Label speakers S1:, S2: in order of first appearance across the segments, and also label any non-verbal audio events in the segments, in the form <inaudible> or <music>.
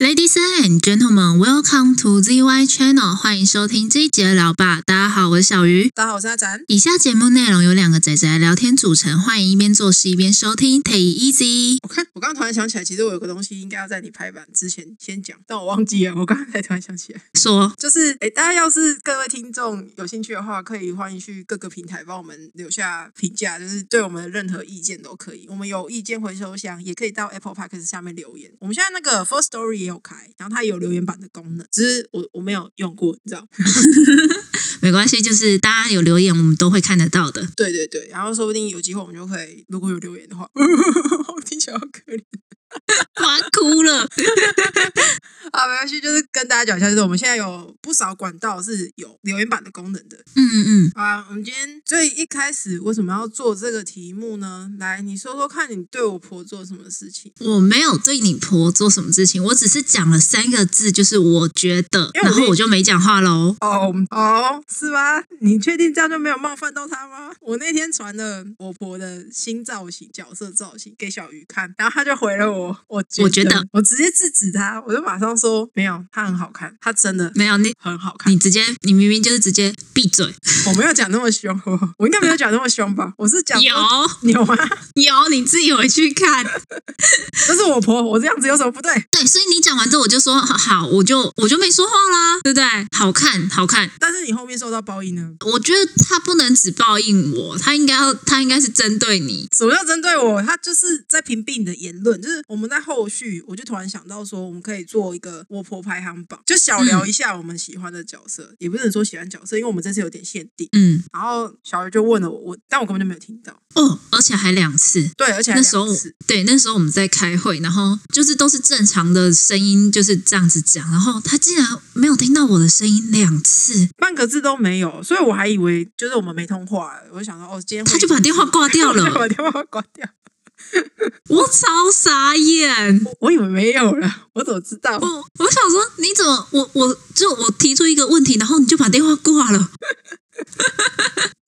S1: Ladies and gentlemen, welcome to ZY Channel，欢迎收听这一集的老爸。大家好，我是小鱼。
S2: 大家好，我是阿展。
S1: 以下节目内容由两个仔仔聊天组成，欢迎一边做事一边收听，Take it easy。
S2: 我看我刚刚突然想起来，其实我有个东西应该要在你拍板之前先讲，但我忘记了。我刚才突然想起来，
S1: 说
S2: 就是诶，大家要是各位听众有兴趣的话，可以欢迎去各个平台帮我们留下评价，就是对我们的任何意见都可以。我们有意见回收箱，也可以到 Apple Podcast 下面留言。我们现在那个 First Story 也有开，然后它也有留言板的功能，只是我我没有用过，你知道。
S1: 没关系，就是大家有留言，我们都会看得到的。
S2: <laughs> 对对对，然后说不定有机会我们就可以，如果有留言的话， <laughs> 我听起来好可怜
S1: 哇，哭了。
S2: 啊。没关系，就是跟大家讲一下，就是我们现在有不少管道是有留言板的功能的。
S1: 嗯嗯嗯，
S2: 好啊，我们今天最一开始为什么要做这个题目呢？来，你说说看，你对我婆做什么事情？
S1: 我没有对你婆做什么事情，我只是讲了三个字，就是我觉得，
S2: 因为我
S1: 然后
S2: 没
S1: 我就没讲话喽。
S2: 哦哦，是吗？你确定这样就没有冒犯到他吗？我那天传了我婆的新造型、角色造型给小鱼看，然后他就回了我，我觉
S1: 我觉得
S2: 我直接制止他，我就马上说没有，她很好看，她真的
S1: 没有你，
S2: 很好看。
S1: 你直接，你明明就是直接闭嘴。
S2: 我没有讲那么凶， <laughs> 我应该没有讲那么凶吧？我是讲
S1: 有
S2: 你 <laughs> 有吗？
S1: 有，你自己回去看。
S2: 这是我婆，我这样子有什么不对？
S1: 对，所以你讲完之后，我就说好好，我就我就没说话啦，对不对？好看，好看。
S2: 但是你后面受到报应呢？
S1: 我觉得他不能只报应我，他应该要，他应该是针对你。
S2: 什么叫针对我？他就是在屏蔽你的言论，就是我们在后续，我就突然想到说，我们可以做一个我婆排行榜，就小聊一下我们喜欢的角色，也不是说喜欢角色，因为我们这次有点限定。
S1: 嗯，
S2: 然后小鱼就问了我，我但我根本就没有听到。
S1: 哦，而且还两次。
S2: 对，而且还
S1: 那时候
S2: 两次
S1: 对，那时候我们在开会，然后就是都是正常的声音，就是这样子讲。然后他竟然没有听到我的声音两次，
S2: 半个字都没有，所以我还以为就是我们没通话了，我就想说哦，今天会
S1: 他就把电话挂掉
S2: <laughs> 我就
S1: 了，
S2: 把电话挂掉。
S1: 我超傻眼。
S2: 我以为没有了，我怎么知道？
S1: 我我想说，你怎么我我就我提出一个问题，然后你就把电话挂了，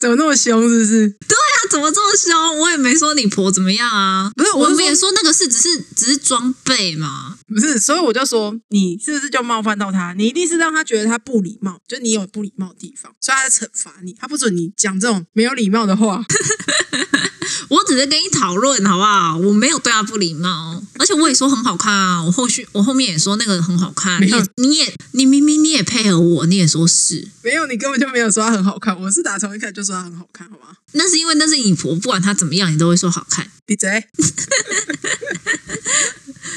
S2: 怎么那么凶？是不是？
S1: 他怎么这么凶？我也没说你婆怎么样啊，
S2: 不是我
S1: 我
S2: 是
S1: 们
S2: 说
S1: 也说那个是只是只是装备嘛，
S2: 不是，所以我就说，你是不是就冒犯到他？你一定是让他觉得他不礼貌，就你有不礼貌的地方，所以他在惩罚你，他不准你讲这种没有礼貌的话。 <laughs>
S1: 我只是跟你讨论好不好？我没有对他不礼貌，而且我也说很好看啊。我后续我后面也说那个很好看，
S2: 没
S1: 你
S2: 有
S1: 也你也你明明你也配合我，你也说是，
S2: 没有，你根本就没有说他很好看。我是打从一开始就说他很好看，好吗？
S1: 那是因为那是你婆，不管她怎么样，你都会说好看。
S2: 闭嘴。 <laughs>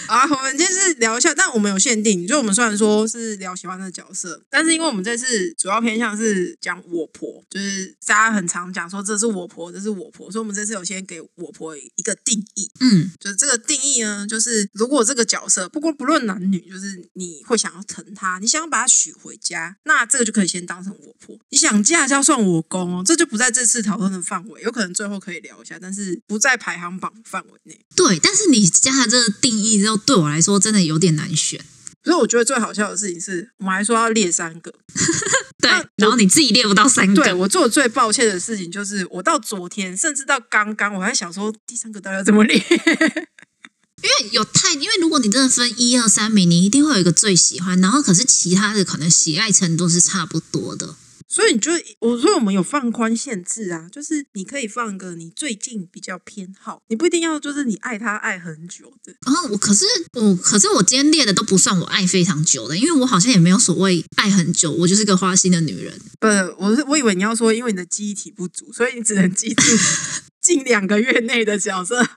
S2: 好啊，我们今天是聊一下，但我们有限定，就我们虽然说是聊喜欢的角色，但是因为我们这次主要偏向是讲我婆，就是大家很常讲说这是我婆，这是我婆，所以我们这次有先给我婆一个定义，
S1: 嗯，
S2: 就是这个定义呢，就是如果这个角色不过不论男女，就是你会想要疼他，你想要把他娶回家，那这个就可以先当成我婆。你想嫁就要算我公哦，这就不在这次讨论的范围，有可能最后可以聊一下，但是不在排行榜范围内。
S1: 对。但是你加了这个定义之后，对我来说真的有点难选。
S2: 所以我觉得最好笑的事情是，我们还说要列三个。
S1: 对
S2: 那我，
S1: 然后你自己列不到三
S2: 对
S1: 个，
S2: 我做的最抱歉的事情就是，我到昨天，甚至到刚刚，我还想说第三个到底要怎么列。
S1: 因为有太，因为如果你真的分一二三名，你一定会有一个最喜欢，然后可是其他的可能喜爱程度是差不多的。
S2: 所以你就我说我们有放宽限制啊，就是你可以放个你最近比较偏好，你不一定要就是你爱他爱很久的。
S1: 然后我可是我可是我今天列的都不算我爱非常久的，因为我好像也没有所谓爱很久，我就是个花心的女人。 <laughs>
S2: 不，我是我以为你要说，因为你的记忆体不足，所以你只能记住近两个月内的角色。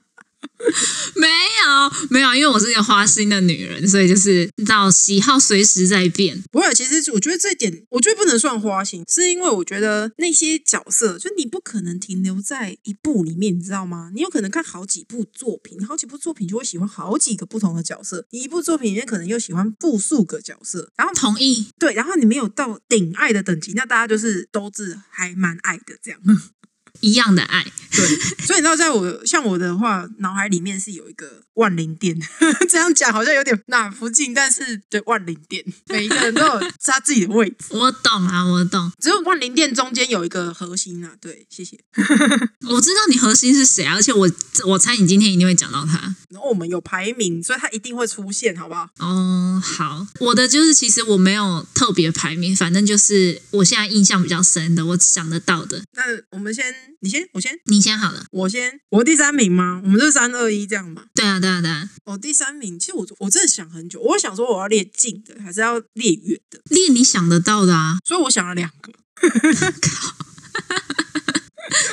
S1: 没有没有，因为我是个花心的女人，所以就是你知道喜好随时在变。
S2: 不过其实我觉得这点，我觉得不能算花心，是因为我觉得那些角色，就你不可能停留在一部里面，你知道吗？你有可能看好几部作品，好几部作品就会喜欢好几个不同的角色，你一部作品里面可能又喜欢复数个角色，然后
S1: 同意，
S2: 对，然后你没有到顶爱的等级，那大家就是都是还蛮爱的这样。
S1: 一样的爱。
S2: 对，所以你知道，在我像我的话，脑海里面是有一个万灵殿， <laughs> 这样讲好像有点哪不敬，但是对万灵殿，每一个人都有他自己的位置，
S1: 我懂啊，我懂，
S2: 只有万灵殿中间有一个核心啊。对，谢谢。
S1: 我知道你核心是谁啊，而且我我猜你今天一定会讲到他。
S2: 然后我们有排名，所以它一定会出现，好不好？
S1: 哦，好，我的就是其实我没有特别排名，反正就是我现在印象比较深的，我想得到的，
S2: 那我们先，你先，我先，
S1: 你先好了。
S2: 我先，我第三名吗？我们是三二一这样吗？
S1: 对啊，对啊，对啊，
S2: 哦，第三名，其实我我真的想很久，我想说我要列近的，还是要列远的，
S1: 列你想得到的啊。
S2: 所以我想了两个，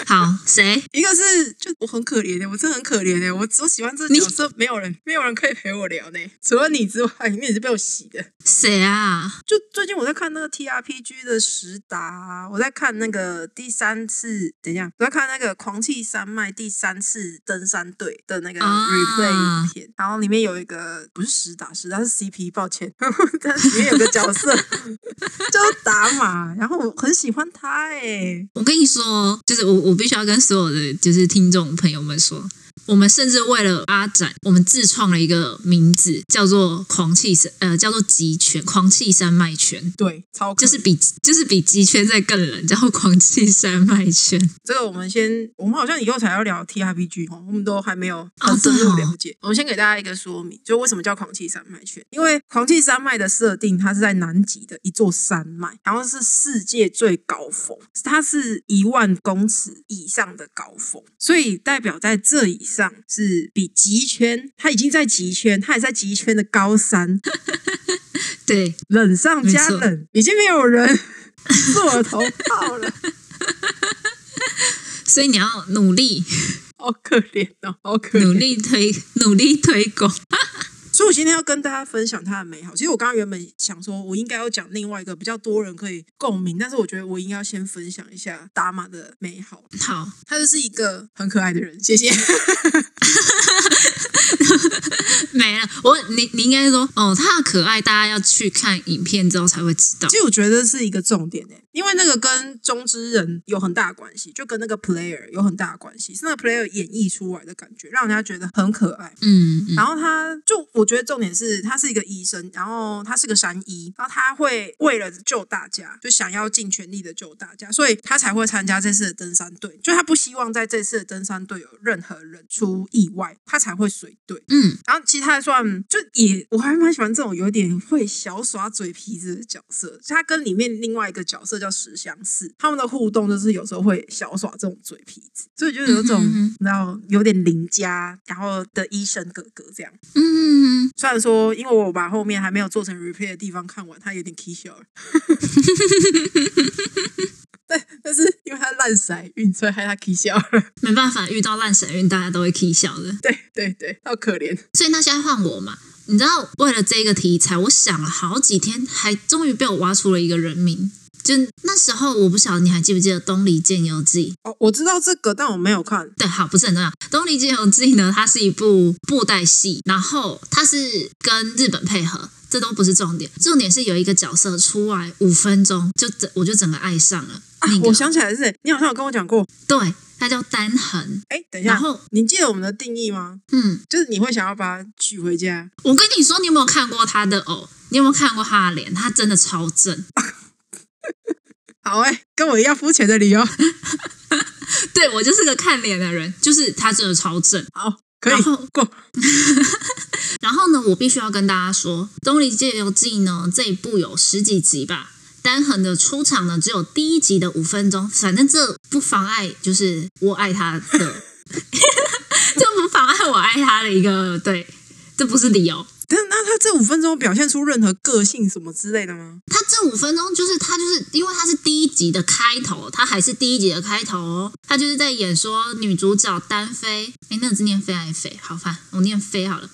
S1: 好，谁？
S2: 一个是就我很可怜的，我真的很可怜的，欸我我喜欢这个
S1: 你
S2: 角色，没有人没有人可以陪我聊呢，除了你之外，你也是被我洗的。
S1: 谁啊？
S2: 就最近我在看那个 TRPG 的实达啊，我在看那个第三次，等一下，我在看那个《狂气山脉》第三次登山队的那个
S1: 啊
S2: replay 影片，然后里面有一个不是实打，实打是 CP，抱歉， <laughs> 但里面有个角色 <laughs> 就是打马，然后我很喜欢他哎、
S1: 我跟你说，哦就是我，我必须要跟所有的就是听众朋友们说，我们甚至为了阿展，我们自创了一个名字，叫做“狂气山”，呃，叫做“极犬”，狂气山脉圈。
S2: 对，超可
S1: 就
S2: 爱
S1: 是比就是比极圈再更冷，叫“狂气山脉圈
S2: 这个我们先，我们好像以后才要聊 TRPG 哦，我们都还没有
S1: 哦
S2: 很深
S1: 对
S2: 入
S1: 哦
S2: 了解。我们先给大家一个说明，就为什么叫狂气山脉圈？因为狂气山脉的设定，它是在南极的一座山脉，然后是世界最高峰，它是一万公尺以上的高峰，所以代表在这以上是比极圈，它已经在极圈，它也在极圈的高山，”。
S1: 对，
S2: 冷上加
S1: 没错
S2: 冷，已经没有人 <laughs> 做头炮了。
S1: 所以你要努力
S2: 好可怜哦，好可怜！
S1: 努力推努力推广。
S2: 所以我今天要跟大家分享它的美好。其实我刚刚原本想说，我应该要讲另外一个比较多人可以共鸣，但是我觉得我应该要先分享一下达玛的美好。
S1: 好，
S2: 他就是一个很可爱的人，谢谢。 <laughs>
S1: 没了。我你你应该说哦，他的可爱，大家要去看影片之后才会知道
S2: 其。实我觉得是一个重点诶、欸因为那个跟中之人有很大的关系，就跟那个 player 有很大的关系，是那个 player 演绎出来的感觉，让人家觉得很可爱。
S1: 嗯嗯
S2: 然后他就我觉得重点是他是一个医生，然后他是个山医，然后他会为了救大家，就想要尽全力的救大家，所以他才会参加这次的登山队。就他不希望在这次的登山队有任何人出意外，他才会随队。
S1: 嗯，
S2: 然后其实他还算就也，我还蛮喜欢这种有点会小耍嘴皮子的角色。他跟里面另外一个角色叫石相寺，他们的互动就是有时候会小耍这种嘴皮子，所以就有种
S1: 嗯哼嗯哼
S2: 你知道有点邻家，然后的医生哥哥这样。
S1: 嗯嗯，嗯
S2: 虽然说，因为我把后面还没有做成 replay 的地方看完，它有点 k 笑了。 <laughs> 但但是因为它烂骰运，所以害它 k 笑了。 <laughs>
S1: 没办法，遇到烂神运，大家都会 k 笑的。
S2: 对对对，好可怜。
S1: 所以那现在换我嘛。你知道，为了这个题材，我想了好几天，还终于被我挖出了一个人名。就那时候，我不晓得你还记不记得《东离剑游记》？
S2: 哦，我知道这个，但我没有看。
S1: 对，好，不是很重要。《东离剑游记》呢，它是一部布袋戏，然后它是跟日本配合，这都不是重点。重点是有一个角色出来五分钟，就整我就整个爱上了。
S2: 啊
S1: 那，个
S2: 我想起来是，你好像有跟我讲过。
S1: 对，他叫丹恒。
S2: 哎，等一
S1: 然
S2: 下，
S1: 后，
S2: 你记得我们的定义吗？
S1: 嗯，
S2: 就是你会想要把它娶回家。
S1: 我跟你说，你有没有看过他的偶？你有没有看过他的脸？他真的超正。 <laughs>
S2: 好哎、跟我一样肤浅的理由。
S1: 对我就是个看脸的人，就是他真的超正。
S2: 好，可以
S1: 然后
S2: 过。
S1: 然后呢，我必须要跟大家说，《东离剑游记》呢这一部有十几集吧。单横的出场呢，只有第一集的五分钟，反正这不妨碍，就是我爱他的， <laughs> 这不妨碍我爱他的一个对，这不是理由。
S2: 但那他这五分钟表现出任何个性什么之类的吗？
S1: 他这五分钟就是他就是因为他是第一集的开头，他还是第一集的开头哦。他就是在演说女主角单飞，诶，那个字念飞还是飞？好烦，我念飞好了。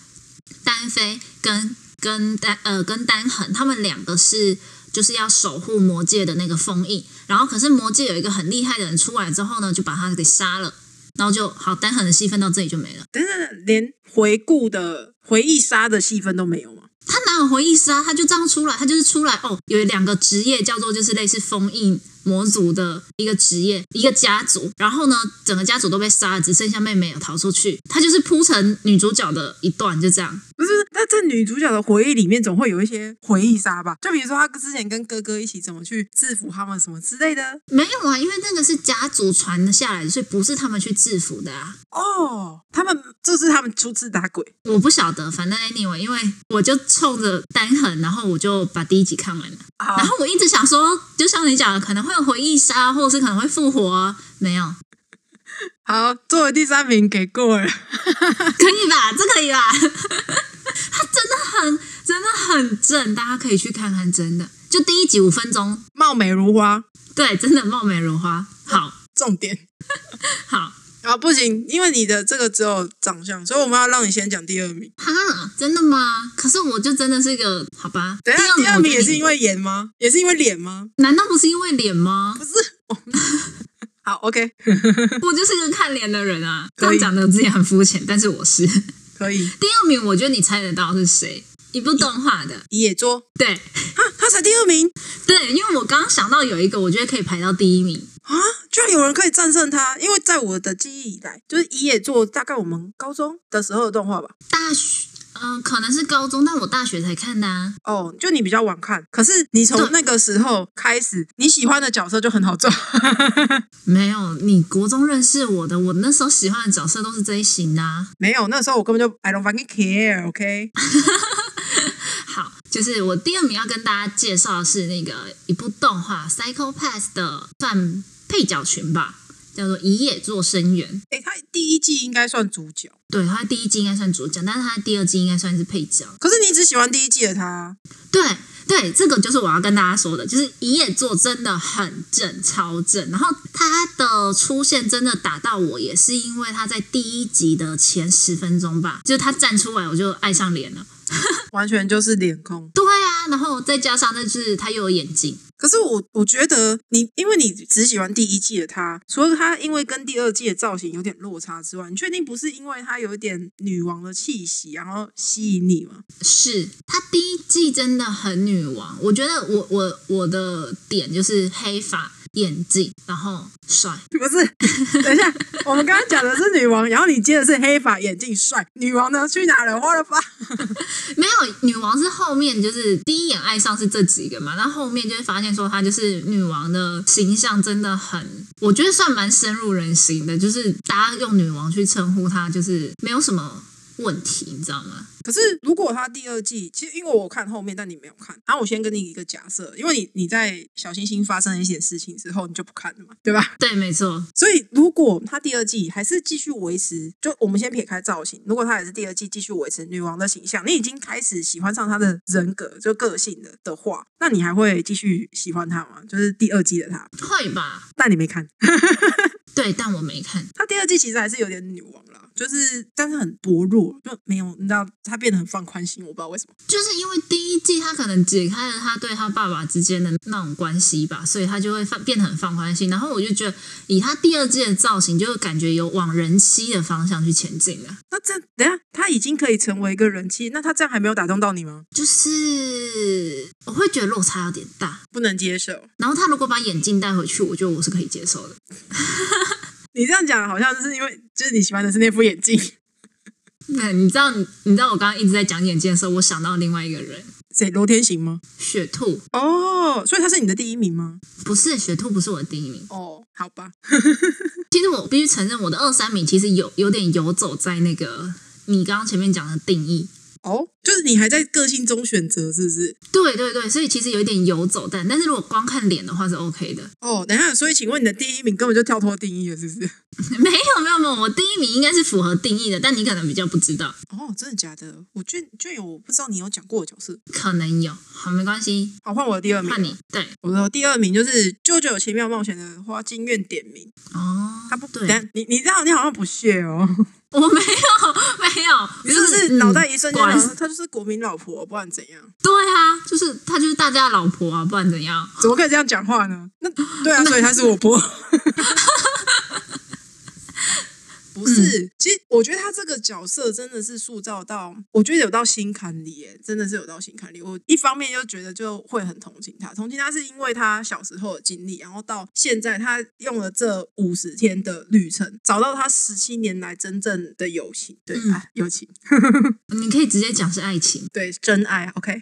S1: 单飞跟跟单呃跟单恒，他们两个是就是要守护魔界的那个封印。然后可是魔界有一个很厉害的人出来之后呢，就把他给杀了。然后就好，单恒的戏份到这里就没了。
S2: 等等等，连回顾的回忆杀的戏份都没有吗？
S1: 啊他哪有回忆杀？他就这样出来，他就是出来哦。有两个职业叫做就是类似封印魔族的一个职业，一个家族。然后呢，整个家族都被杀了，只剩下妹妹有逃出去。它就是铺成女主角的一段，就这样。
S2: 不是，那这女主角的回忆里面总会有一些回忆杀吧？就比如说她之前跟哥哥一起怎么去制服他们什么之类的。
S1: 没有啊，因为那个是家族传下来的，所以不是他们去制服的啊。
S2: 哦，他们这是他们初次打鬼，
S1: 我不晓得，反正 anyway，因为我就冲着单横，然后我就把第一集看完了。
S2: 好
S1: 然后我一直想说，就像你讲的，可能会有回忆杀，或者是可能会复活啊，没有，
S2: 好，作为第三名给过了。 <laughs>
S1: 可以吧？这可以吧？ <laughs> 它真的很，真的很正，大家可以去看看，真的。就第一集五分钟，
S2: 貌美如花，
S1: 对，真的貌美如花。好，
S2: 重点。
S1: 好，
S2: 啊，不行，因为你的这个只有长相，所以我们要让你先讲第二名。
S1: 哈，真的吗？可是我就真的是一个，好吧。
S2: 等一下，第
S1: 我
S2: 二
S1: 觉
S2: 名
S1: 得
S2: 也是
S1: 你
S2: 因为颜吗？也是因为脸吗？
S1: 难道不是因为脸
S2: <laughs>
S1: 吗？
S2: 不是。我们好，OK，
S1: 我就是个看脸的人啊。这
S2: 可以
S1: 样讲的我自己很肤浅，但是我是第
S2: 可以。
S1: 二名，我觉得你猜得到是谁？一部动画的，
S2: 野猪
S1: 对
S2: 啊，他才第二名
S1: 对，因为我刚刚想到有一个，我觉得可以排到第一名。
S2: 啊，居然有人可以战胜他！因为在我的记忆以来，就是一野做大概我们高中的时候的动画吧。
S1: 大学，嗯、可能是高中，但我大学才看的啊。
S2: 哦，就你比较晚看，可是你
S1: 对
S2: 从那个时候开始，你喜欢的角色就很好做。
S1: 没有，你国中认识我的，我那时候喜欢的角色都是这一型的啊。
S2: 没有，那时候我根本就 I don't fucking care，OK？、
S1: 好，就是我第二名要跟大家介绍的是那个一部动画《Psycho Pass》的算配角群吧，叫做《一夜做生源》。
S2: 哎、他第一季应该算主角，
S1: 对，他第一季应该算主角，但是他第二季应该算是配角。
S2: 可是你只喜欢第一季的他，
S1: 对对，这个就是我要跟大家说的，就是一夜做真的很正，超正。然后他的出现真的打到我，也是因为他在第一集的前十分钟吧，就是他站出来，我就爱上脸了。
S2: 完全就是脸控。
S1: 对啊，然后再加上那就是他又有眼睛，
S2: 可是我我觉得你，因为你只喜欢第一季的他，除了他因为跟第二季的造型有点落差之外，你确定不是因为他有一点女王的气息，然后吸引你吗？
S1: 是她第一季真的很女王，我觉得我我我的点就是黑发、眼镜，然后帅。
S2: 不是，等一下，我们刚刚讲的是女王，然后你接的是黑发、眼镜、帅，女王呢去哪了？花了吧？
S1: 没有，女王是后面就是第一眼爱上是这几个嘛，那后面就会发现说她就是女王的形象真的很，我觉得算蛮深入人心的，就是大家用女王去称呼她，就是没有什么问题，你知道吗？
S2: 可是如果他第二季，其实因为我看后面，但你没有看，然后我先跟你一个假设，因为你你在小星星发生了一些事情之后，你就不看了嘛，对吧？ <laughs>
S1: 对，没错，
S2: 所以，如果他第二季还是继续维持，就我们先撇开造型，如果他还是第二季继续维持女王的形象，你已经开始喜欢上她的人格，就个性的的话，那你还会继续喜欢她吗？就是第二季的她，
S1: 会吧？
S2: 但你没看，
S1: 对，但我没看。
S2: 她第二季其实还是有点女王啦，就是但是很薄弱，就没有你知道她变得很放宽心，我不知道为什么。
S1: 就是因为第一季他可能解开了他对他爸爸之间的那种关系吧，所以他就会放变得很放宽心。然后我就觉得，以他第二季的造型，就感觉有往人妻的方向去前进啊了。
S2: 那这等一下她已经可以成为一个人气，那她这样还没有打动到你吗？
S1: 就是我会觉得落差有点大。
S2: 不能接受。
S1: 然后他如果把眼镜带回去，我觉得我是可以接受的。
S2: 你这样讲好像是因为就是你喜欢的是那副眼镜，
S1: 那你知道，你知道我刚刚一直在讲眼镜的时候，我想到另外一个人，
S2: 谁罗天行吗？
S1: 雪兔。
S2: 哦，所以他是你的第一名吗？
S1: 不是雪兔，不是我的第一名。
S2: 哦，好吧，
S1: 其实我必须承认，我的二三名其实有有点游走在那个你刚刚前面讲的定义。
S2: 哦，就是你还在个性中选择，是不是？
S1: 对对对，所以其实有一点游走但但是如果光看脸的话是 OK 的。 <laughs>
S2: 哦，等一下，所以请问你的第一名根本就跳脱定义了，是不是？
S1: 没有没有没有，我第一名应该是符合定义的，但你可能比较不知道，
S2: <laughs> 哦，真的假的？我居居然有我不知道你有讲过的角色。
S1: 可能有。好，没关系，
S2: 好，换我的第二名。
S1: 换你。对，
S2: 我的第二名就是《舅舅奇妙冒险》的花京院点名，
S1: 哦，
S2: 他不
S1: 对
S2: 等一下你你这样你好像不屑哦，
S1: <laughs> 我没有，没有，
S2: 你是不是
S1: 嗯
S2: 脑袋一瞬间
S1: 果然
S2: 想
S1: 是
S2: 说她就是国民老婆，不然怎样？
S1: 对啊，就是她就是大家的老婆啊，不然怎样？
S2: 怎么可以这样讲 <laughs> 话呢？那对啊，所以她是我婆。 <laughs> 不是，其实我觉得他这个角色真的是塑造到，我觉得有到心坎里耶，真的是有到心坎里。我一方面就觉得就会很同情他，同情他是因为他小时候的经历，然后到现在他用了这五十天的旅程，找到他十七年来真正的友情，对，
S1: 嗯
S2: 啊，友情，
S1: 你可以直接讲是爱情，
S2: 对，真爱，OK。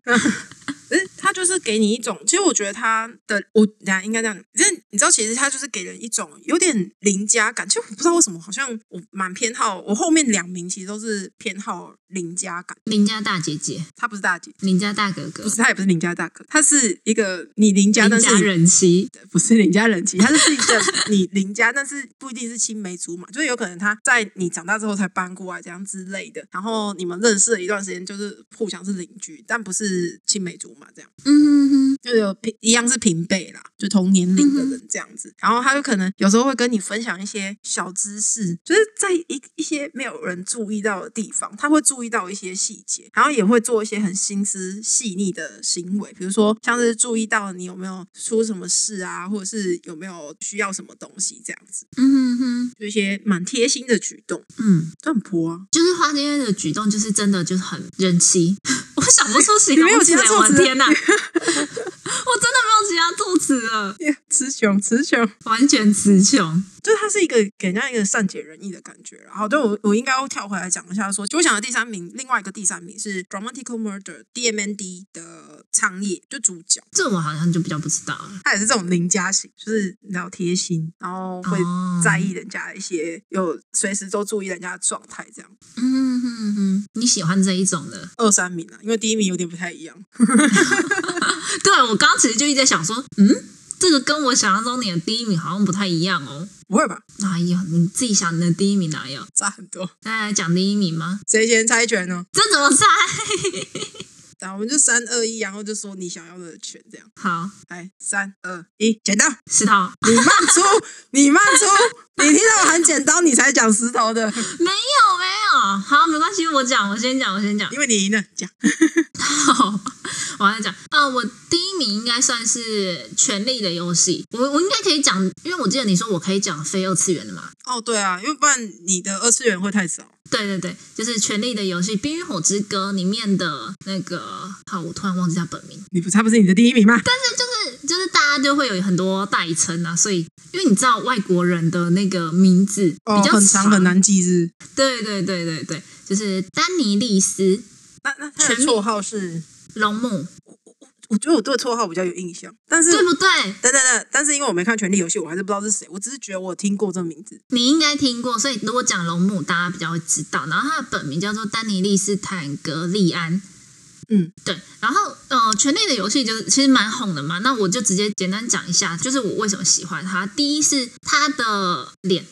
S2: 可是他就是给你一种，其实我觉得他的我俩应该这样，因为你知道，其实他就是给人一种有点邻家感。其实我不知道为什么，好像我蛮偏好，我后面两名其实都是偏好邻家感。
S1: 邻家大姐姐，
S2: 他不是大姐，
S1: 邻家大哥
S2: 不
S1: 哥，
S2: 是他也不是邻家大哥，他是一个你邻家，
S1: 邻
S2: 但是
S1: 家
S2: 你
S1: 人妻，
S2: 不是邻家人妻，他就是一个你邻家，但是不一定是青梅竹马，就是有可能他在你长大之后才搬过来这样之类的。然后你们认识了一段时间，就是互相是邻居，但不是青梅竹马这样。
S1: 嗯哼哼，
S2: 就有平一样是平辈啦，就同年龄的人这样子。然后他就可能有时候会跟你分享一些小知识，就是在一一些没有人注意到的地方，他会注意到一些细节，然后也会做一些很心思细腻的行为，比如说像是注意到你有没有出什么事啊，或者是有没有需要什么东西这样子，
S1: 嗯哼哼，
S2: 就一些蛮贴心的举动，
S1: 嗯，
S2: 都很泼
S1: <laughs>
S2: 啊。
S1: 就是花间的举动，就是真的就是很人妻， <laughs> 我想不出形
S2: 你没有
S1: 容词
S2: 其他
S1: 来，
S2: 措
S1: 我
S2: 辞
S1: 的天哪， <laughs> 我真的没有其他措辞了，
S2: 词穷，词穷。
S1: 完全词穷，
S2: 就是他是一个给人家一个善解人意的感觉。然后，对我我应该要跳回来讲一下说，就我想的第三名，另外一个第三名是 Dramatical Murder DMND 的苍野，就主角，
S1: 这我好像就比较不知道了，
S2: 他也是这种邻家型，就是比较贴心，然后会
S1: 哦
S2: 在意人家一些，有随时都注意人家的状态这样。
S1: 嗯哼哼，你喜欢这一种的，
S2: 二三名啊，因为第一名有点不太一样。
S1: 对我刚刚其实就一直在想说，嗯，这个跟我想象中你的第一名好像不太一样哦。
S2: 不会吧？
S1: 哎呦，你自己想你的第一名哪 <laughs> 有？
S2: 差很多。
S1: 大家来讲第一名吗？
S2: 谁先猜拳呢？
S1: 这怎么猜？
S2: 然后我们就三二一，然后就说你想要的拳这样。
S1: 好，
S2: 来，三二一，剪刀。
S1: 石头，
S2: 你慢出，你慢出，你听到很剪刀，你才讲石头的，
S1: 没有没有，好，没关系，我讲，我先讲，我先讲。
S2: 因为你赢了，讲
S1: 好，我来讲，啊，我第一名应该算是《权力的游戏》我，我应该可以讲，因为我记得你说我可以讲非二次元的嘛。
S2: 哦，对啊，因为不然你的二次元会太少。
S1: 对对对，就是《权力的游戏》《冰与火之歌》里面的那个，好，我突然忘记他本名。
S2: 你不，他不是你的第一名吗？
S1: 就是就是大家就会有很多代称啊，所以因为你知道外国人的那个名字
S2: 哦，
S1: 比较
S2: 很长很，难记是。
S1: 对对对对对，就是丹尼利斯、
S2: 那那他的
S1: 全名
S2: 绰号是，
S1: 龙木，
S2: 我觉得我对绰号比较有印象，但是
S1: 对不对？
S2: 等等等，但是因为我没看《权力游戏》，我还是不知道是谁，我只是觉得我听过这个名字。
S1: 你应该听过，所以如果讲龙木，大家比较会知道。然后他的本名叫做丹尼利斯·坦格利安。
S2: 嗯，
S1: 对，然后呃，《权力的游戏》就是其实蛮红的嘛，那我就直接简单讲一下，就是我为什么喜欢他。第一是他的脸，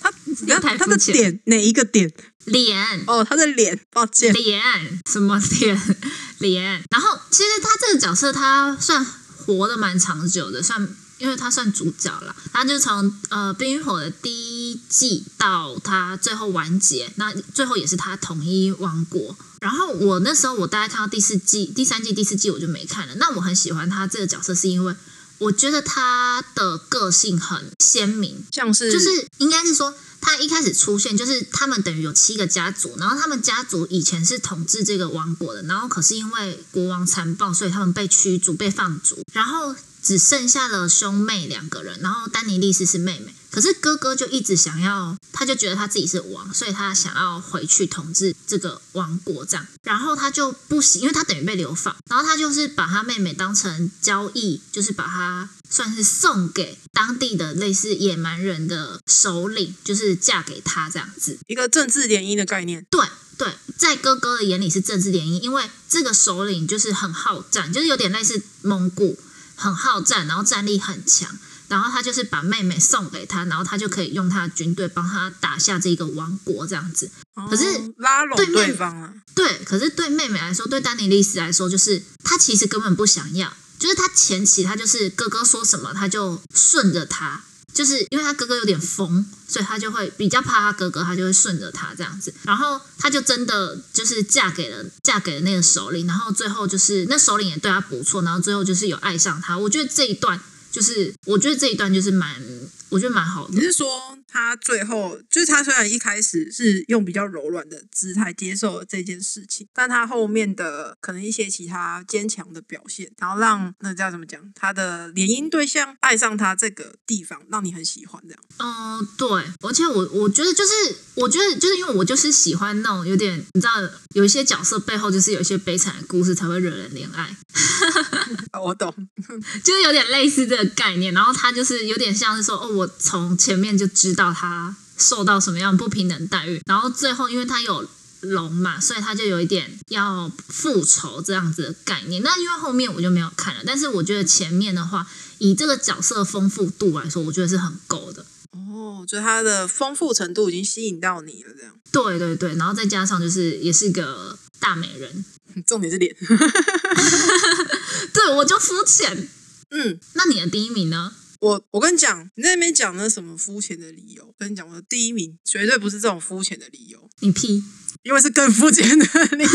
S2: 他
S1: 脸太
S2: 他的
S1: 肤浅
S2: 点哪一个点？
S1: <laughs> 脸
S2: 哦，他的脸，抱歉，
S1: 脸什么脸脸？然后其实他这个角色他算活得蛮长久的，算因为他算主角啦，他就从呃《冰与火》的第一季到他最后完结，那最后也是他统一王国。然后我那时候我大概看到第四季、第三季、第四季我就没看了。那我很喜欢他这个角色，是因为我觉得他的个性很鲜明，
S2: 像是
S1: 就是应该是说，他一开始出现就是他们等于有七个家族，然后他们家族以前是统治这个王国的，然后可是因为国王残暴，所以他们被驱逐、被放逐，然后只剩下了兄妹两个人，然后丹尼利斯是妹妹。可是哥哥就一直想要，他就觉得他自己是王，所以他想要回去统治这个王国这样。然后他就不行，因为他等于被流放，然后他就是把他妹妹当成交易，就是把她算是送给当地的类似野蛮人的首领，就是嫁给他这样子。
S2: 一个政治联姻的概念。
S1: 对对，在哥哥的眼里是政治联姻，因为这个首领就是很好战，就是有点类似蒙古，很好战，然后战力很强。然后他就是把妹妹送给他，然后他就可以用他的军队帮他打下这个王国这样子。可是
S2: 哦拉拢
S1: 对面
S2: 对方啊，
S1: 对，可是对妹妹来说，对丹尼利斯来说，就是她其实根本不想要，就是她前期她就是哥哥说什么，她就顺着他，就是因为她哥哥有点疯，所以她就会比较怕她哥哥，她就会顺着他这样子。然后她就真的就是嫁给了嫁给了那个首领，然后最后就是那首领也对她不错，然后最后就是有爱上他。我觉得这一段就是我觉得这一段就是蛮，我觉得蛮好的
S2: 你。是说他最后就是他虽然一开始是用比较柔软的姿态接受了这件事情，但他后面的可能一些其他坚强的表现，然后让那叫怎么讲，他的联姻对象爱上他这个地方，让你很喜欢这样。 <laughs>
S1: 哦，对，而且我我觉得就是，我觉得就是因为我就是喜欢那种有点，你知道，有一些角色背后就是有一些悲惨的故事才会惹人怜爱，
S2: 哦我懂，
S1: 就是有点类似这个概念。然后他就是有点像是说，哦，我从前面就知道他受到什么样不平等待遇，然后最后因为他有龙嘛，所以他就有一点要复仇这样子的概念。那因为后面我就没有看了，但是我觉得前面的话，以这个角色丰富度来说，我觉得是很够的。
S2: 哦，就他的丰富程度已经吸引到你了，这样。 <laughs>
S1: 对对对，然后再加上就是也是个大美人，
S2: 重点是脸，
S1: 对我就肤浅。
S2: 嗯，
S1: 那你的第一名呢？
S2: 我我跟你讲，你在那边讲那什么肤浅的理由，我跟你讲，我的第一名绝对不是这种肤浅的理由，
S1: 你屁！
S2: 因为是更肤 <laughs> 浅的理由。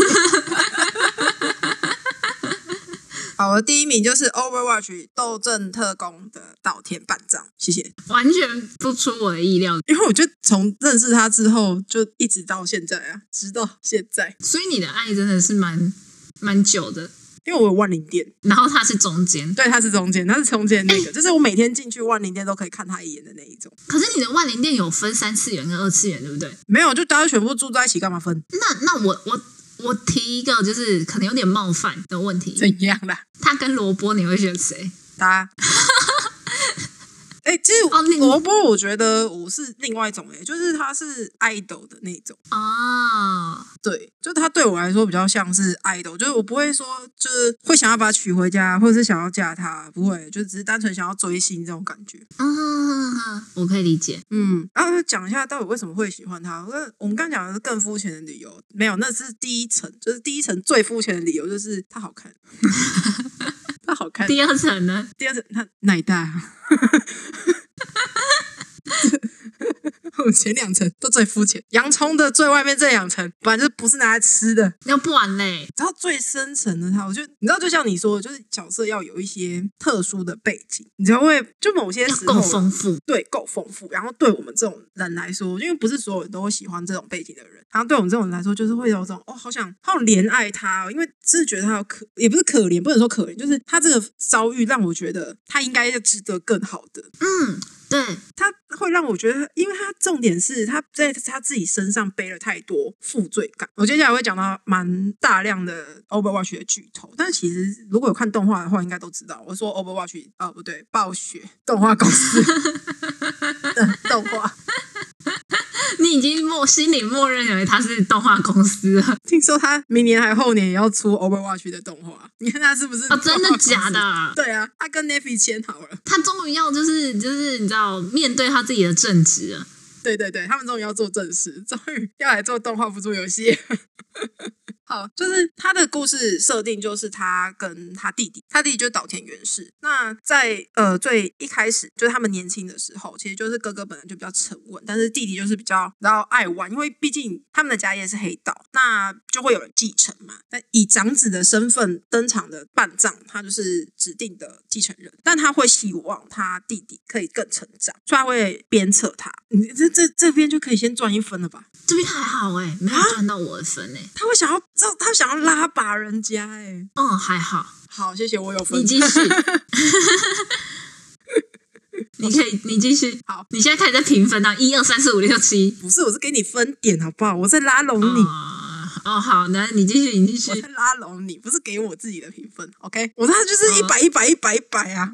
S2: 好，我的第一名就是《Overwatch》斗阵特工的岛田半藏，谢谢。
S1: 完全不出我的意料，
S2: 因为我觉得从认识他之后，就一直到现在啊，直到现在，
S1: 所以你的爱真的是蛮蛮久的。
S2: 因为我有万灵殿，
S1: 然后他是中间，
S2: 对，他是中间，他是中间那 <laughs> 个，就是我每天进去万灵殿都可以看他一眼的那一种。
S1: 可是你的万灵殿有分三次元跟二次元，对不对？
S2: 没有，就大家全部住在一起，干嘛分？
S1: 那那我我我提一个，就是可能有点冒犯的问题，
S2: 怎样啦？
S1: 他跟萝卜你会选谁？
S2: <laughs> 答。哎、其实
S1: 哦另
S2: 萝卜，我觉得我是另外一种哎、就是他是 idol 的那种，
S1: 哦，
S2: 对，就他对我来说比较像是 idol，就是我不会说就是会想要把他娶回家，或者是想要嫁他，不会，就只是单纯想要追星这种感觉。
S1: 啊，我可以理解。
S2: 嗯，然后讲一下到底为什么会喜欢他。那我们刚讲的是更肤浅的理由，没有，那是第一层，就是第一层最肤浅的理由就是他好看， <laughs> 他好看。
S1: 第二层呢？
S2: 第二次，他奶大。啊 <laughs> 我前两层都最肤浅，洋葱的最外面这两层，反正不是拿来吃的。
S1: 要不然嘞？
S2: 然后最深层的他，我觉得你知道，就像你说，的，就是角色要有一些特殊的背景，你才会就某些
S1: 要
S2: 时
S1: 够
S2: 候
S1: 丰富，
S2: 对够丰富。然后对我们这种人来说，因为不是所有人都会喜欢这种背景的人，然后对我们这种人来说，就是会有种哦，好想好想怜爱他、哦，因为真的觉得他有可也不是可怜，不能说可怜，就是他这个遭遇让我觉得他应该要值得更好的。
S1: 嗯，对，
S2: 他会让我觉得，因为他重点是他在他自己身上背了太多负罪感。我接下来会讲到蛮大量的 Overwatch 的剧透，但其实如果有看动画的话，应该都知道。我说 Overwatch 啊、不对，暴雪动画公
S1: <laughs>
S2: 司的动画，
S1: 你已经默心里默认为它是动画公司
S2: <laughs>
S1: 了
S2: 听说他明年还后年也要出 Overwatch 的动画，你看他是不是？
S1: 啊、真的假？的？
S2: <laughs> 对啊，他跟 Navy 签好了。
S1: 他终于要就是就是你知道面对他自己的正职了。
S2: 对对对，他们终于要做正事，终于要来做动画，不做游戏。好，就是他的故事设定就是他跟他弟弟，他弟弟就是岛田源氏。那在呃最一开始，就是他们年轻的时候，其实就是哥哥本来就比较沉稳，但是弟弟就是比较然后爱玩，因为毕竟他们的家业是黑道，那就会有人继承嘛。那以长子的身份登场的半藏，他就是指定的继承人，但他会希望他弟弟可以更成长，所以他会鞭策他。你这这这边就可以先赚一分了吧？
S1: 这边还好哎、没有赚到我的分哎、
S2: 他会想要，知道他想要拉拔人家哎、
S1: 嗯，还好，
S2: 好，谢谢，我有分
S1: 你。继
S2: <laughs>
S1: 续。你可以，你继续。
S2: 好，
S1: 你现在开始在评分啊，一二三四五六七。
S2: 不是，我是给你分点，好不好？我在拉拢你，
S1: 哦，哦好，那你继续，你继
S2: 我
S1: 续 <laughs>
S2: 在。拉拢你，不是给我自己的评分。OK，我那
S1: 嗯
S2: 就是一百一百一百一百啊！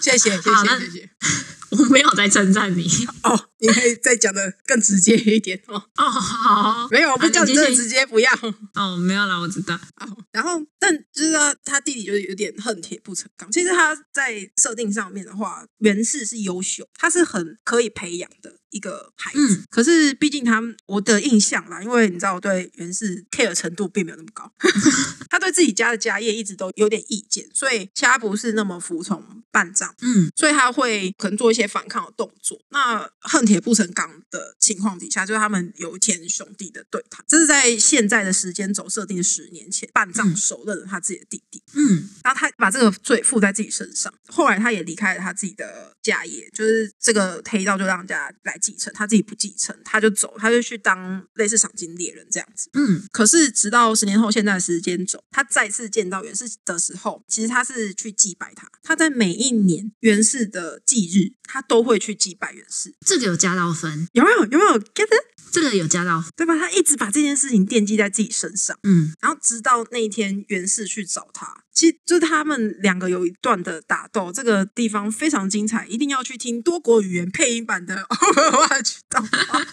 S2: 谢谢，谢
S1: 好那
S2: 谢，谢谢。
S1: 我没有在称赞你。
S2: 哦，你可以再讲的更直接一点哦。
S1: 哦，好，
S2: 没有，我不
S1: 好
S2: 叫
S1: 你
S2: 你
S1: 继
S2: 这
S1: 续
S2: 直接，不要。
S1: 哦，没有啦，我知道。
S2: 啊，然后但就是他他弟弟就是有点恨铁不成钢。其实他在设定上面的话，源氏是优秀，他是很可以培养的。一个孩子。
S1: 嗯，
S2: 可是毕竟他们我的印象啦，因为你知道我对袁氏 care 程度并没有那么高，他对自己家的家业一直都有点意见，所以其实他不是那么服从半丈。
S1: 嗯，
S2: 所以他会可能做一些反抗的动作。那恨铁不成钢的情况底下，就是他们有一天兄弟的对谈，这是在现在的时间轴设定十年前，半藏
S1: 嗯
S2: 手刃了他自己的弟弟，
S1: 嗯，
S2: 然后他把这个罪负在自己身上。后来他也离开了他自己的家业，就是这个黑道就让人家来继承，他自己不继承，他就走，他就去当类似赏金猎人这样子。
S1: 嗯，
S2: 可是直到十年后现在的时间轴，他再次见到袁氏的时候，其实他是去祭拜他。他在每一年袁氏的忌日，他都会去祭拜袁氏。
S1: 这个有加到分，
S2: 有没有？有没有 get？it？
S1: 这个有加到分，
S2: 对吧？他一直把这件事情惦记在自己身上，
S1: 嗯 <laughs>
S2: 然后直到那一天袁氏去找他。其实就是他们两个有一段的打斗，这个地方非常精彩，一定要去听多国语言配音版的《Overwatch》动画。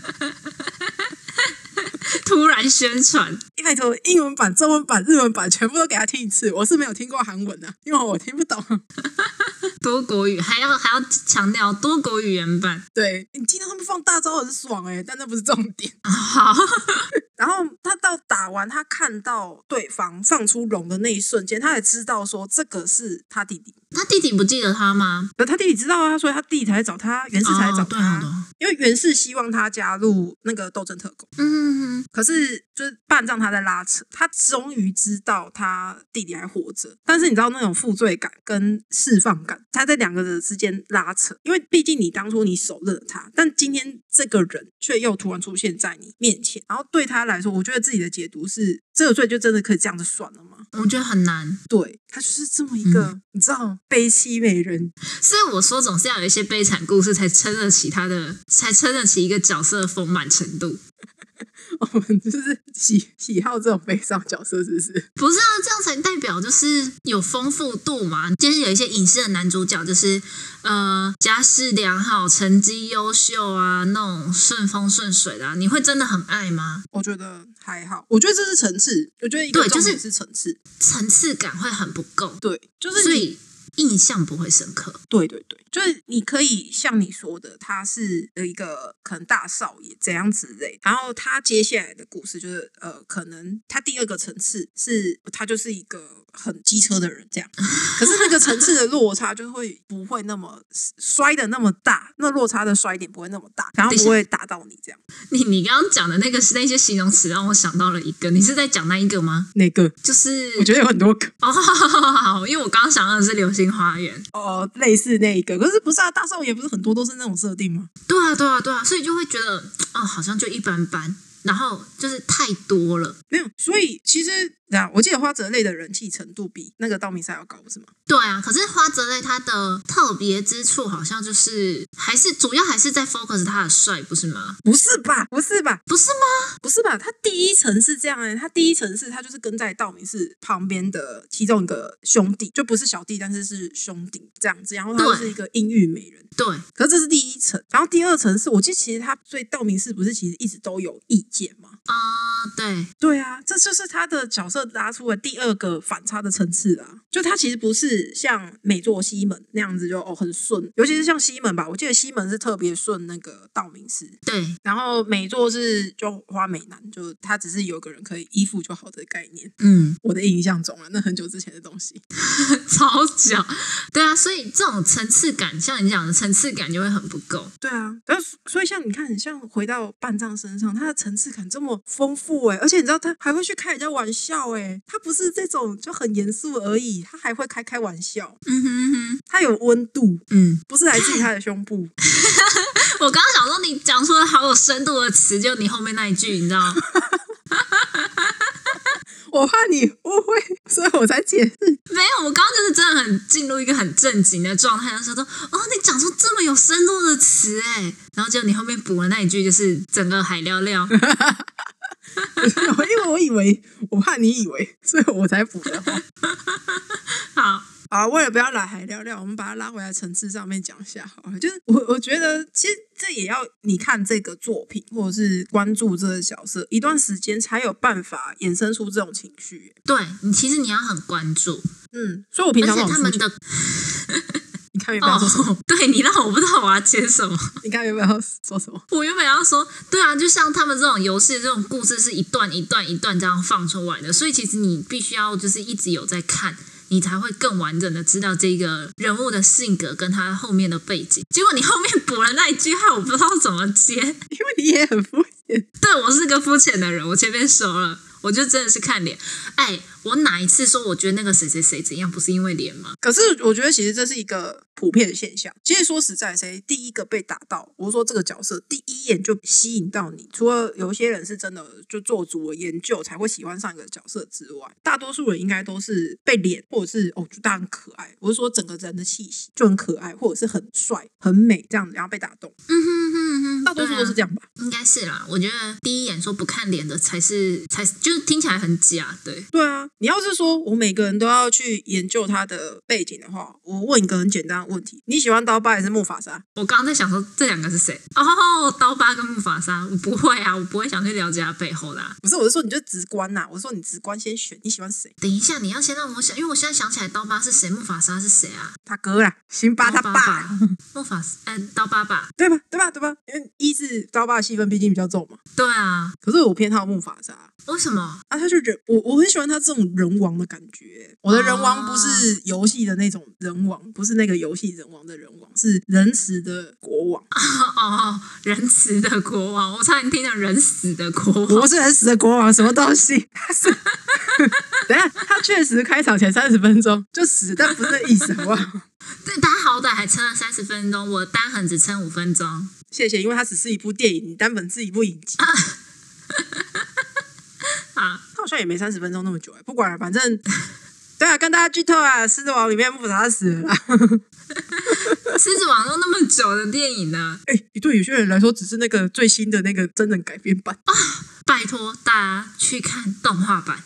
S1: 突然宣传，
S2: 拜托，英文版、中文版、日文版全部都给他听一次。我是没有听过韩文的、因为我听不懂。
S1: 多国语还要还要强调多国语言版， <laughs>
S2: 对你听到他们放大招很爽哎、但那不是重点。
S1: 好，
S2: 然后他到打完，他看到对方放出龙的那一瞬间，他才知道说这个是他弟弟。
S1: 他弟弟不记得他吗？
S2: 可他弟弟知道啊，所以他弟弟才来找他，袁氏才来找
S1: 哦对好
S2: 他，
S1: 的，
S2: 因为袁氏希望他加入那个斗争特工。
S1: 嗯，
S2: 可是就是半藏他在拉扯，他终于知道他弟弟还活着，但是你知道那种负罪感跟释放感，他在两个人之间拉扯，因为毕竟你当初你手刃了他，但今天这个人却又突然出现在你面前，然后对他来说，我觉得自己的解读是这个罪就真的可以这样子算了吗？
S1: 我觉得很难，
S2: 对他就是这么一个、你知道悲凄美人， <laughs>
S1: 所以我说总是要有一些悲惨故事才撑得起他的，才撑得起一个角色的丰满程度。
S2: 我们就是喜喜好这种悲伤角色，是不是？
S1: 不是啊，这样才代表就是有丰富度嘛。就是有一些影视的男主角，就是呃家世良好、成绩优秀啊，那种顺风顺水的、啊，你会真的很爱吗？
S2: 我觉得还好，我觉得这是层次，我觉得一个
S1: 对就
S2: 重
S1: 是
S2: 点是层次。
S1: 层次感会很不够，
S2: 对，就是
S1: 所
S2: 你
S1: 以印象不会深刻。
S2: 对对对，就是你可以像你说的，他是呃一个可能大少爷怎样之类，然后他接下来的故事就是呃，可能他第二个层次是他就是一个很机车的人这
S1: <laughs>
S2: 样，可是那个层次的落差就会不会那么摔的那么大，那落差的摔点不会那么大，然后
S1: 等一
S2: 不
S1: 下
S2: 会打到你这样。
S1: 你你刚刚讲的那个是那些形容词让我想到了一个，你是在讲那一个吗？
S2: 那个？
S1: 就是
S2: 觉得有很多
S1: <laughs>
S2: 个
S1: 哦，好好好好好，因为我刚刚想到的是《流星花园》。
S2: 哦，类似那一个，可是不是啊？大少爷不是很多都是那种设定吗？
S1: 对啊，对啊，对啊，所以就会觉得哦，好像就一般般，然后就是太多了。
S2: 没有，所以其实啊，我记得花泽类的人气程度比那个道明寺还要高，不是吗？
S1: 对啊，可是花泽类他的特别之处好像就是还是主要还是在 focus 他的帅，不是吗？
S2: 不是吧？不是吧？
S1: 不是吗？
S2: 不是吧？他第一层是这样哎、他第一层是他就是跟在道明寺旁边的其中一个兄弟，就不是小弟，但是是兄弟这样子。然后他
S1: 对
S2: 就是一个阴郁美人，
S1: 对，
S2: 可是这是第一层。然后第二层是我记得其实他对道明寺不是其实一直都有意见吗？
S1: 啊、对，
S2: 对啊，这就是他的角色拉出了第二个反差的层次啦。就他其实不是像美作西门那样子就哦很顺，尤其是像西门吧，我记得西门是特别顺那个道明寺，
S1: 对，
S2: 然后美作是就花美男，就他只是有个人可以依附就好的概念。
S1: 嗯， <laughs>
S2: 我的印象中啊，那很久之前的东西。
S1: 超小，对啊，所以这种层次感，像你讲的层次感就会很不够。
S2: 对啊，但是所以像你看，很像回到半藏身上，他的层次感这么丰富哎、而且你知道他还会去开人家玩笑哎、他不是这种就很严肃而已，他还会开开玩笑。
S1: 嗯哼哼，
S2: 它有温度，
S1: 嗯，
S2: 不是来自于它的胸部。 <laughs>
S1: 我刚刚想说你讲出了好有深度的词，就你后面那一句，你知道吗？
S2: 我怕你误会，所以我才解释。 <laughs>
S1: 没有，我刚刚就是真的很进入一个很正经的状态，然后想说哦，你讲出这么有深度的词哎，然后结果你后面补了那一句，就是整个海聊聊，
S2: 因为我以为，我怕你以为，所以我才补的。
S1: 好，
S2: 啊，为了不要拉海聊聊，我们把它拉回来层次上面讲一下好了。就是我我觉得，其实这也要你看这个作品，或者是关注这个角色一段时间，才有办法衍生出这种情绪。
S1: 对你其实你要很关注，
S2: 嗯，所以我平
S1: 而
S2: 常
S1: 且
S2: 都
S1: 他
S2: 很
S1: 们
S2: 肤浅
S1: 的
S2: 你看原本要说什么？
S1: 哦， <laughs> 对你让我不知道我要接什么。
S2: 你看原本要说什么？ <laughs>
S1: 我原本要说，对啊，就像他们这种游戏，这种故事是一段一段一段这样放出来的，所以其实你必须要就是一直有在看，你才会更完整的知道这个人物的性格跟他后面的背景。结果你后面补了那一句，害我不知道怎么接。
S2: 因为你也很肤浅。
S1: 对我是个肤浅的人，我前面熟了， <laughs> 我就真的是看脸。哎，我哪一次说我觉得那个谁谁谁怎样，不是因为脸吗？
S2: 可是我觉得其实这是一个普遍的现象。其实说实在，谁第一个被打到，我说这个角色第一眼就吸引到你，除了有一些人是真的就做足了研究才会喜欢上一个角色之外，大多数人应该都是被脸或者是哦，就他很可爱，我是说整个人的气息就很可爱，或者是很帅、很美这样子，然后被打动。
S1: 嗯哼哼哼，
S2: 大多数都
S1: 对
S2: 是
S1: 啊
S2: 这样吧？
S1: 应该是啦，我觉得第一眼说不看脸的才是才是就是听起来很假，对，
S2: 对啊，你要是说我每个人都要去研究他的背景的话，我问一个很简单的问题：你喜欢刀疤还是木法沙？
S1: 我刚刚在想说这两个是谁哦，刀疤跟木法沙，我不会啊，我不会想去了解他背后啊啦、
S2: 不是，我是说你就直观呐、我说你直观先选，你喜欢谁？
S1: 等一下，你要先让我想，因为我现在想起来刀疤是谁，木法沙是谁啊？
S2: 他哥啦，辛巴他
S1: 刀
S2: 爸，
S1: 疤吧，木法沙，哎，刀疤吧，
S2: 对吧？对吧？对吧？因为一是刀疤的戏份毕竟比较重嘛。
S1: 对啊，
S2: 可是我偏好木法沙
S1: 为什么？
S2: 啊，他就人我我很喜欢他这种人王的感觉。我的人王不是游戏的那种人王，不是那个游戏人王的人王，是仁慈的国王，
S1: 哦哦，仁慈的国王，我差点听成人死的国王。
S2: 不是仁慈的国王，什么东西？他是。 <laughs> 等一下，他确实开场前三十分钟就死，但不是那意思，好不好？
S1: 对，他好歹还撑了三十分钟，我单横只撑五分钟。
S2: 谢谢，因为它只是一部电影，你单本是一部影集。
S1: 啊，
S2: 他好像也没三十分钟那么久哎、不管了，反正对啊，跟大家剧透啊，《狮子王》里面木法沙死了啦。
S1: 狮子王都那么久的电影呢，
S2: 哎、对有些人来说，只是那个最新的那个真人改编版。
S1: 拜托大家去看动画版。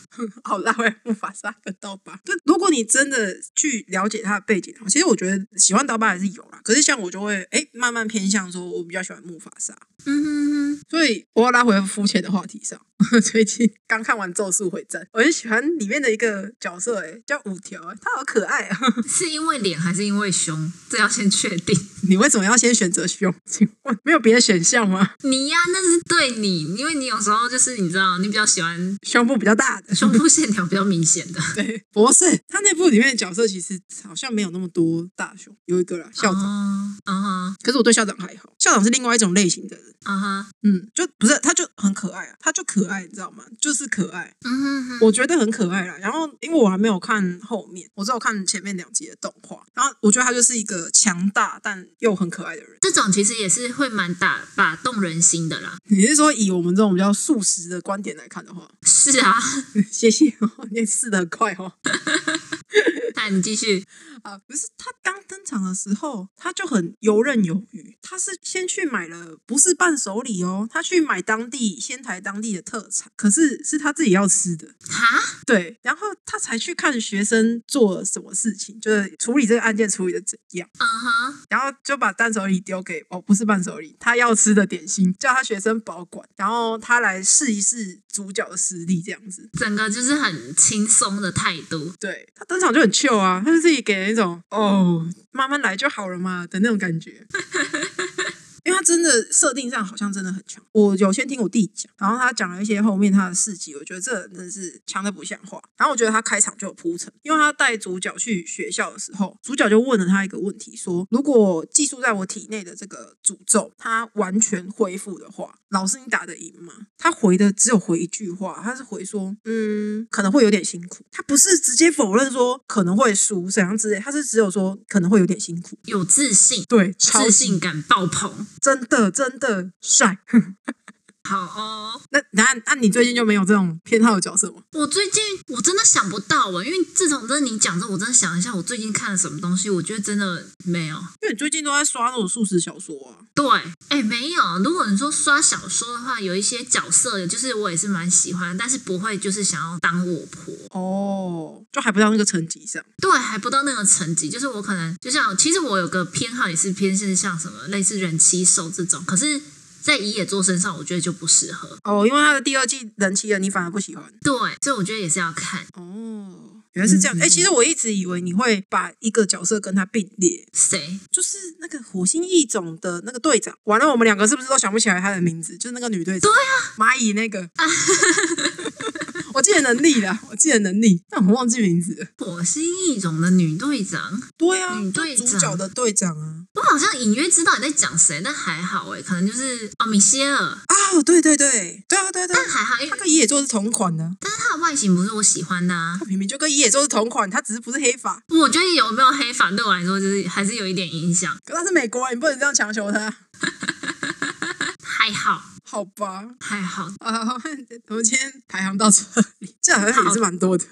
S2: 好啦，回来木法沙跟刀疤。就如果你真的去了解他的背景，其实我觉得喜欢刀疤还是有啦。可是像我就会哎、慢慢偏向说，我比较喜欢木法沙。
S1: 嗯哼哼，
S2: 所以我要拉回肤浅的话题上。 <laughs> 最近刚看完《咒术回战》，我很喜欢里面的一个角色、哎，叫五条、哎，他好可爱啊！ <laughs>
S1: 是因为脸还是因为胸？这要先确定。
S2: 你为什么要先选择胸？请问没有别的选项吗？ <laughs>
S1: 你呀、那是对你，因为你有时候就是你知道，你比较喜欢
S2: 胸部比较大的，
S1: 胸部线条比较明显的。
S2: <laughs> 对，不是他那部里面的角色其实好像没有那么多大胸，有一个啦校长，
S1: 长，啊哈，
S2: 可是我对校长还好，校长是另外一种类型的人，
S1: 啊哈，
S2: 嗯，就不是他就很可爱啊，他就可爱，你知道吗？就是可爱，
S1: 嗯哼哼，
S2: 我觉得很可爱啦。然后因为我还没有看后面，我只有看前面两集的动画，然后我觉得他就是一个强大但又很可爱的人。
S1: 这种其实也是会蛮打打动人心的啦。
S2: 你是说以我们这种比较素食的观点来看的话， <laughs>
S1: 是啊， <laughs>
S2: 谢谢哦，你也试的很快哦。
S1: 那你继续。
S2: 啊，不是他刚登场的时候，他就很游刃有余。他是先去买了，不是伴手礼哦，他去买当地仙台当地的特产，可是是他自己要吃的。
S1: 哈，
S2: 对，然后他才去看学生做了什么事情，就是处理这个案件处理的怎样，
S1: 嗯哼，
S2: 然后就把伴手礼丢给哦，不是伴手礼，他要吃的点心，叫他学生保管，然后他来试一试主角的实力，这样子。
S1: 整个就是很轻松的态度。
S2: 对他登场就很 chill 啊，他就自己给人一种哦，慢慢来就好了嘛的那种感觉。因为他真的设定上好像真的很强，我有先听我弟讲，然后他讲了一些后面他的事迹，我觉得这人真的是强的不像话。然后我觉得他开场就有铺陈，因为他带主角去学校的时候，主角就问了他一个问题，说如果寄宿在我体内的这个诅咒它完全恢复的话，老师你打得赢吗？他回的只有回一句话，他是回说嗯可能会有点辛苦，他不是直接否认说可能会输怎样之类，他是只有说可能会有点辛苦，
S1: 有自信，
S2: 对，超
S1: 自信感爆棚。
S2: 真的真的帅。
S1: 好哦，
S2: 那那那你最近就没有这种偏好的角色吗？
S1: 我最近我真的想不到啊，因为自从真的你讲这，我真的想一下，我最近看了什么东西，我觉得真的没有。
S2: 因为你最近都在刷那种素食小说啊。
S1: 对，哎，没有。如果你说刷小说的话，有一些角色，就是我也是蛮喜欢，但是不会就是想要当我婆。
S2: 哦，就还不到那个层级上。
S1: 对，还不到那个层级，就是我可能就像，其实我有个偏好也是偏是像什么类似人妻兽这种，可是，在乙野座身上，我觉得就不适合。
S2: 哦，因为他的第二季人气了，你反而不喜欢。
S1: 对，所以我觉得也是要看。
S2: 哦，原来是这样。
S1: 嗯
S2: 哎、其实我一直以为你会把一个角色跟他并列，
S1: 谁？
S2: 就是那个火星异种的那个队长。完了，我们两个是不是都想不起来他的名字？就是那个女队长，对啊，蚂蚁那个。我记得能力啦，我记得能力，但我忘记名字了。
S1: 火星异种的女队长，
S2: 对啊，
S1: 女
S2: 就
S1: 队
S2: 主
S1: 长
S2: 角的队长啊。
S1: 我好像隐约知道你在讲谁，但还好诶，可能就是哦米歇尔，
S2: 啊，对对对，对啊对啊对啊
S1: 但，还好，因
S2: 他
S1: 为
S2: 跟野野座是同款的、
S1: 但是他的外形不是我喜欢的、啊
S2: 他。明明就跟野野座是同款，他只是不是黑发，
S1: 我觉得有没有黑发对我来说就是还是有一点影响，
S2: 可他是美国啊人，你不能这样强求他。
S1: 还好
S2: 好吧，
S1: 还好，
S2: 啊，我们今天排行到这里，这好像也是蛮多的。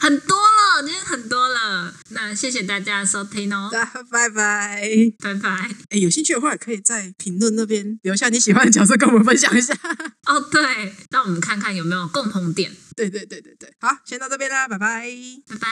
S1: 很多了，今天很多了。那谢谢大家的收听哦，
S2: 大家拜拜。
S1: 拜拜。
S2: 哎，有兴趣的话，也可以在评论那边留下你喜欢的角色，跟我们分享一下。 <laughs>
S1: 哦，对，让我们看看有没有共同点。
S2: 对对对对对，好，先到这边啦，拜拜。
S1: 拜拜。